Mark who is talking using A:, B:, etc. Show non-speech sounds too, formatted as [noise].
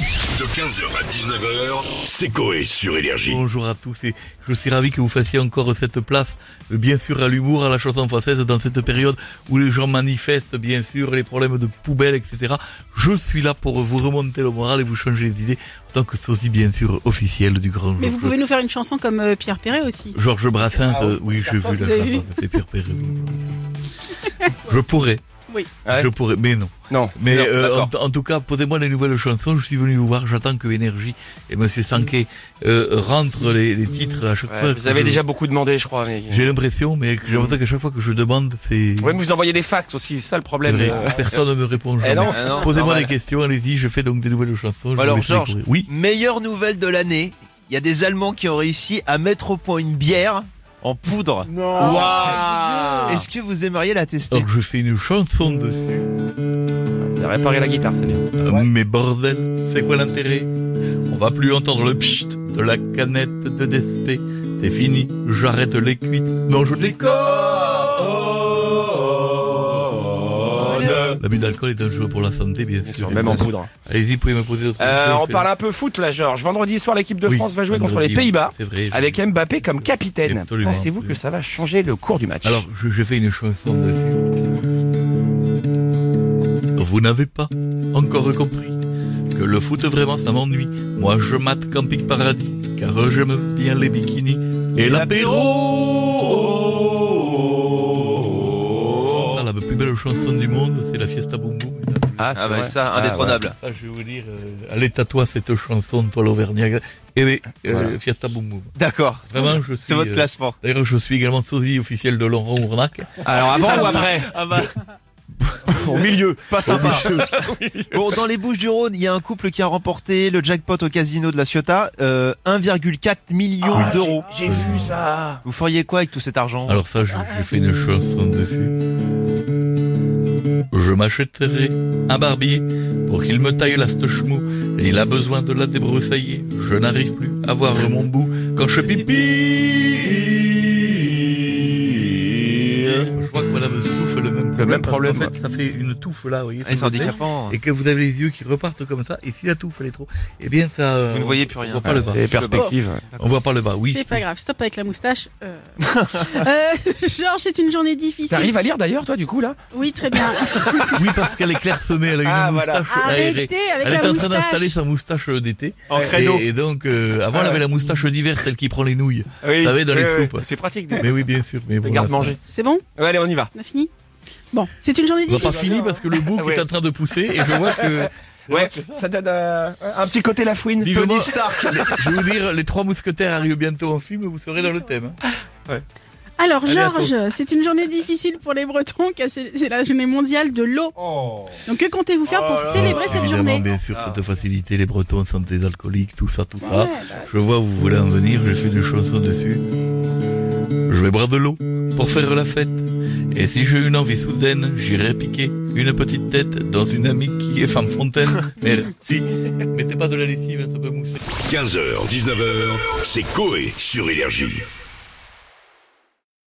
A: De 15h à 19h, c'est Coé sur Énergie.
B: Bonjour à tous et je suis ravi que vous fassiez encore cette place, euh, bien sûr, à l'humour, à la chanson française, dans cette période où les gens manifestent, bien sûr, les problèmes de poubelle, etc. Je suis là pour vous remonter le moral et vous changer les idées, en tant que sosie, bien sûr, officiel du grand
C: Mais vous
B: Georges,
C: pouvez nous faire une chanson comme euh, Pierre Perret aussi.
B: Georges Brassens.
D: Ah
B: euh, oui, j'ai vu la
C: Vous avez vu
B: chanson, c'est Pierre Perret. Je pourrais,
D: Ouais.
B: je pourrais, mais non.
D: Non,
B: Mais
D: non,
B: euh,
D: d'accord.
B: en, en tout cas, posez-moi les nouvelles chansons. Je suis venu vous voir. J'attends que Énergie et Monsieur Sanquet euh, rentrent les, les titres à chaque
D: Mm. Ouais,
B: fois.
D: vous
B: que
D: avez
B: je-
D: déjà Mm. beaucoup demandé, je crois. Mais...
B: J'ai l'impression, mais que j'ai l'impression qu'à chaque fois que je demande, c'est
D: Ouais, mais vous envoyez des fax aussi, c'est ça le
B: c'est
D: problème.
B: vrai.
D: euh. [laughs]
B: personne ne me répond.
D: Eh non. Bah
B: jamais.
E: Ah non, c'est
B: Posez-moi
E: normal.
B: des questions. Allez-y, je fais donc des nouvelles chansons. je
E: Alors,
B: vous laisse
E: Georges.
B: découvrir. oui.
E: Meilleure nouvelle de l'année, il y a des Allemands qui ont réussi à mettre au point une bière en poudre.
D: Waouh
E: Est-ce que vous aimeriez la tester
D: Oh,
B: Donc je fais une chanson dessus.
D: Vous avez réparé la guitare, c'est bien.
B: Euh, Mais bordel, c'est quoi l'intérêt On va plus entendre le pchit de la canette de Despé. C'est fini, j'arrête les cuites. Non, je déconne. Bah, L'abus d'alcool est dangereux pour la santé, bien,
D: Bien sûr, même en poudre.
B: Allez-y, vous pouvez me poser d'autres
D: Euh,
B: questions.
D: on
B: je
D: parle un peu foot là, Georges. Vendredi soir, l'équipe de
B: Oui,
D: France va jouer contre les
B: vendredi,
D: Pays-Bas
B: C'est vrai. je-
D: avec Mbappé comme capitaine.
B: Absolument.
D: Pensez-vous que ça va changer le cours du match
B: Alors, je, je fais une chanson dessus. Vous n'avez pas encore compris que le foot vraiment ça m'ennuie. Moi je mate Camping Paradis, car j'aime bien les bikinis et l'apéro. Ça, la plus belle chanson du monde, c'est la Fiesta Boum Boum.
D: c'est
E: Ah bah
D: vrai.
E: ça,
D: Ah,
E: indétrônable.
B: Ça, je vais vous dire, euh, allez, tatoue cette chanson, toi l'Auvergnat. Eh oui, euh,
D: Voilà.
B: Fiesta Boum Boum.
E: D'accord.
B: Vraiment, je suis.
E: C'est votre
B: euh,
E: classement.
B: D'ailleurs, je suis également sosie officiel de Laurent Ournac.
D: ouais. Alors avant ou après
E: Ah bah,
D: [laughs] Au milieu.
E: pas sympa. [laughs] Bon, dans les Bouches du Rhône, il y a un couple qui a remporté le jackpot au casino de la Ciotat, euh, 1,4 million
D: Ah,
E: d'euros.
D: J'ai vu ça.
E: Vous feriez quoi avec tout cet argent
B: Alors ça, je, je fais une chanson dessus. Je m'achèterai un barbier pour qu'il me taille la chemou. Et il a besoin de la débroussailler. Je n'arrive plus à voir mon bout quand je pipi. Je crois que Madame Stouff a le même problème.
D: même
B: parce qu'en
D: problème.
B: fait, ça fait une touffe là, vous voyez.
E: Ah, C'est handicapant.
B: Et que vous avez les yeux qui repartent comme ça. Et si la touffe elle est trop, eh bien ça. euh,
E: Vous ne voyez plus
B: On
E: rien. Ah,
B: voit pas le bas.
D: c'est les perspectives.
B: On voit pas le bas. Oui.
C: C'est pas grave, stop avec la moustache.
B: [laughs]
C: Euh... Euh, Georges, c'est une journée difficile.
D: T'arrives à lire d'ailleurs, toi, du coup là
C: Oui,
B: [laughs]
C: très bien.
B: Oui, parce qu'elle est clairsemée, elle a une
D: Ah, voilà.
B: moustache aérée.
C: Arrêtez avec
B: Elle est
C: la
B: en train d'installer
C: moustache.
B: sa moustache d'été.
E: En
B: Et,
E: créneau.
B: et donc, euh, avant, elle avait la moustache d'hiver, celle qui prend les nouilles.
D: Oui.
B: Ça va dans les
D: oui, oui.
B: soupes.
D: C'est pratique.
B: Mais oui, bien sûr. Mais bon,
D: Regarde
B: là,
D: manger.
C: C'est bon
D: Ouais, allez, on y va.
C: On a fini Bon, c'est une journée
B: On va pas
C: difficile.
B: fini parce que le bouc
D: Ah Ouais.
B: est en train de pousser et je vois que,
D: Ouais, ça donne euh, un petit côté la fouine.
B: Vivement.
E: Tony Stark.
B: je vais vous dire, les trois mousquetaires arrivent bientôt en film, vous serez dans le thème. hein.
C: Alors,
B: Allez, à
C: Georges, c'est une journée difficile pour les Bretons car c'est c'est la journée mondiale de l'eau.
B: Oh.
C: Donc, que comptez-vous faire pour célébrer Bah, cette
B: Évidemment,
C: journée
B: bien sûr,
E: Ah.
B: cette facilité, les Bretons sont des alcooliques, tout ça, tout ça.
C: Ouais,
B: Je vois où vous voulez en venir, je fais une chanson dessus. Je vais boire de l'eau pour faire la fête. Et si j'ai une envie soudaine, j'irai piquer une petite tête dans une amie qui est femme fontaine. Merci. Mettez pas de la lessive, hein, ça peut mousser.
A: 15h, 19h, c'est Coé sur Énergie.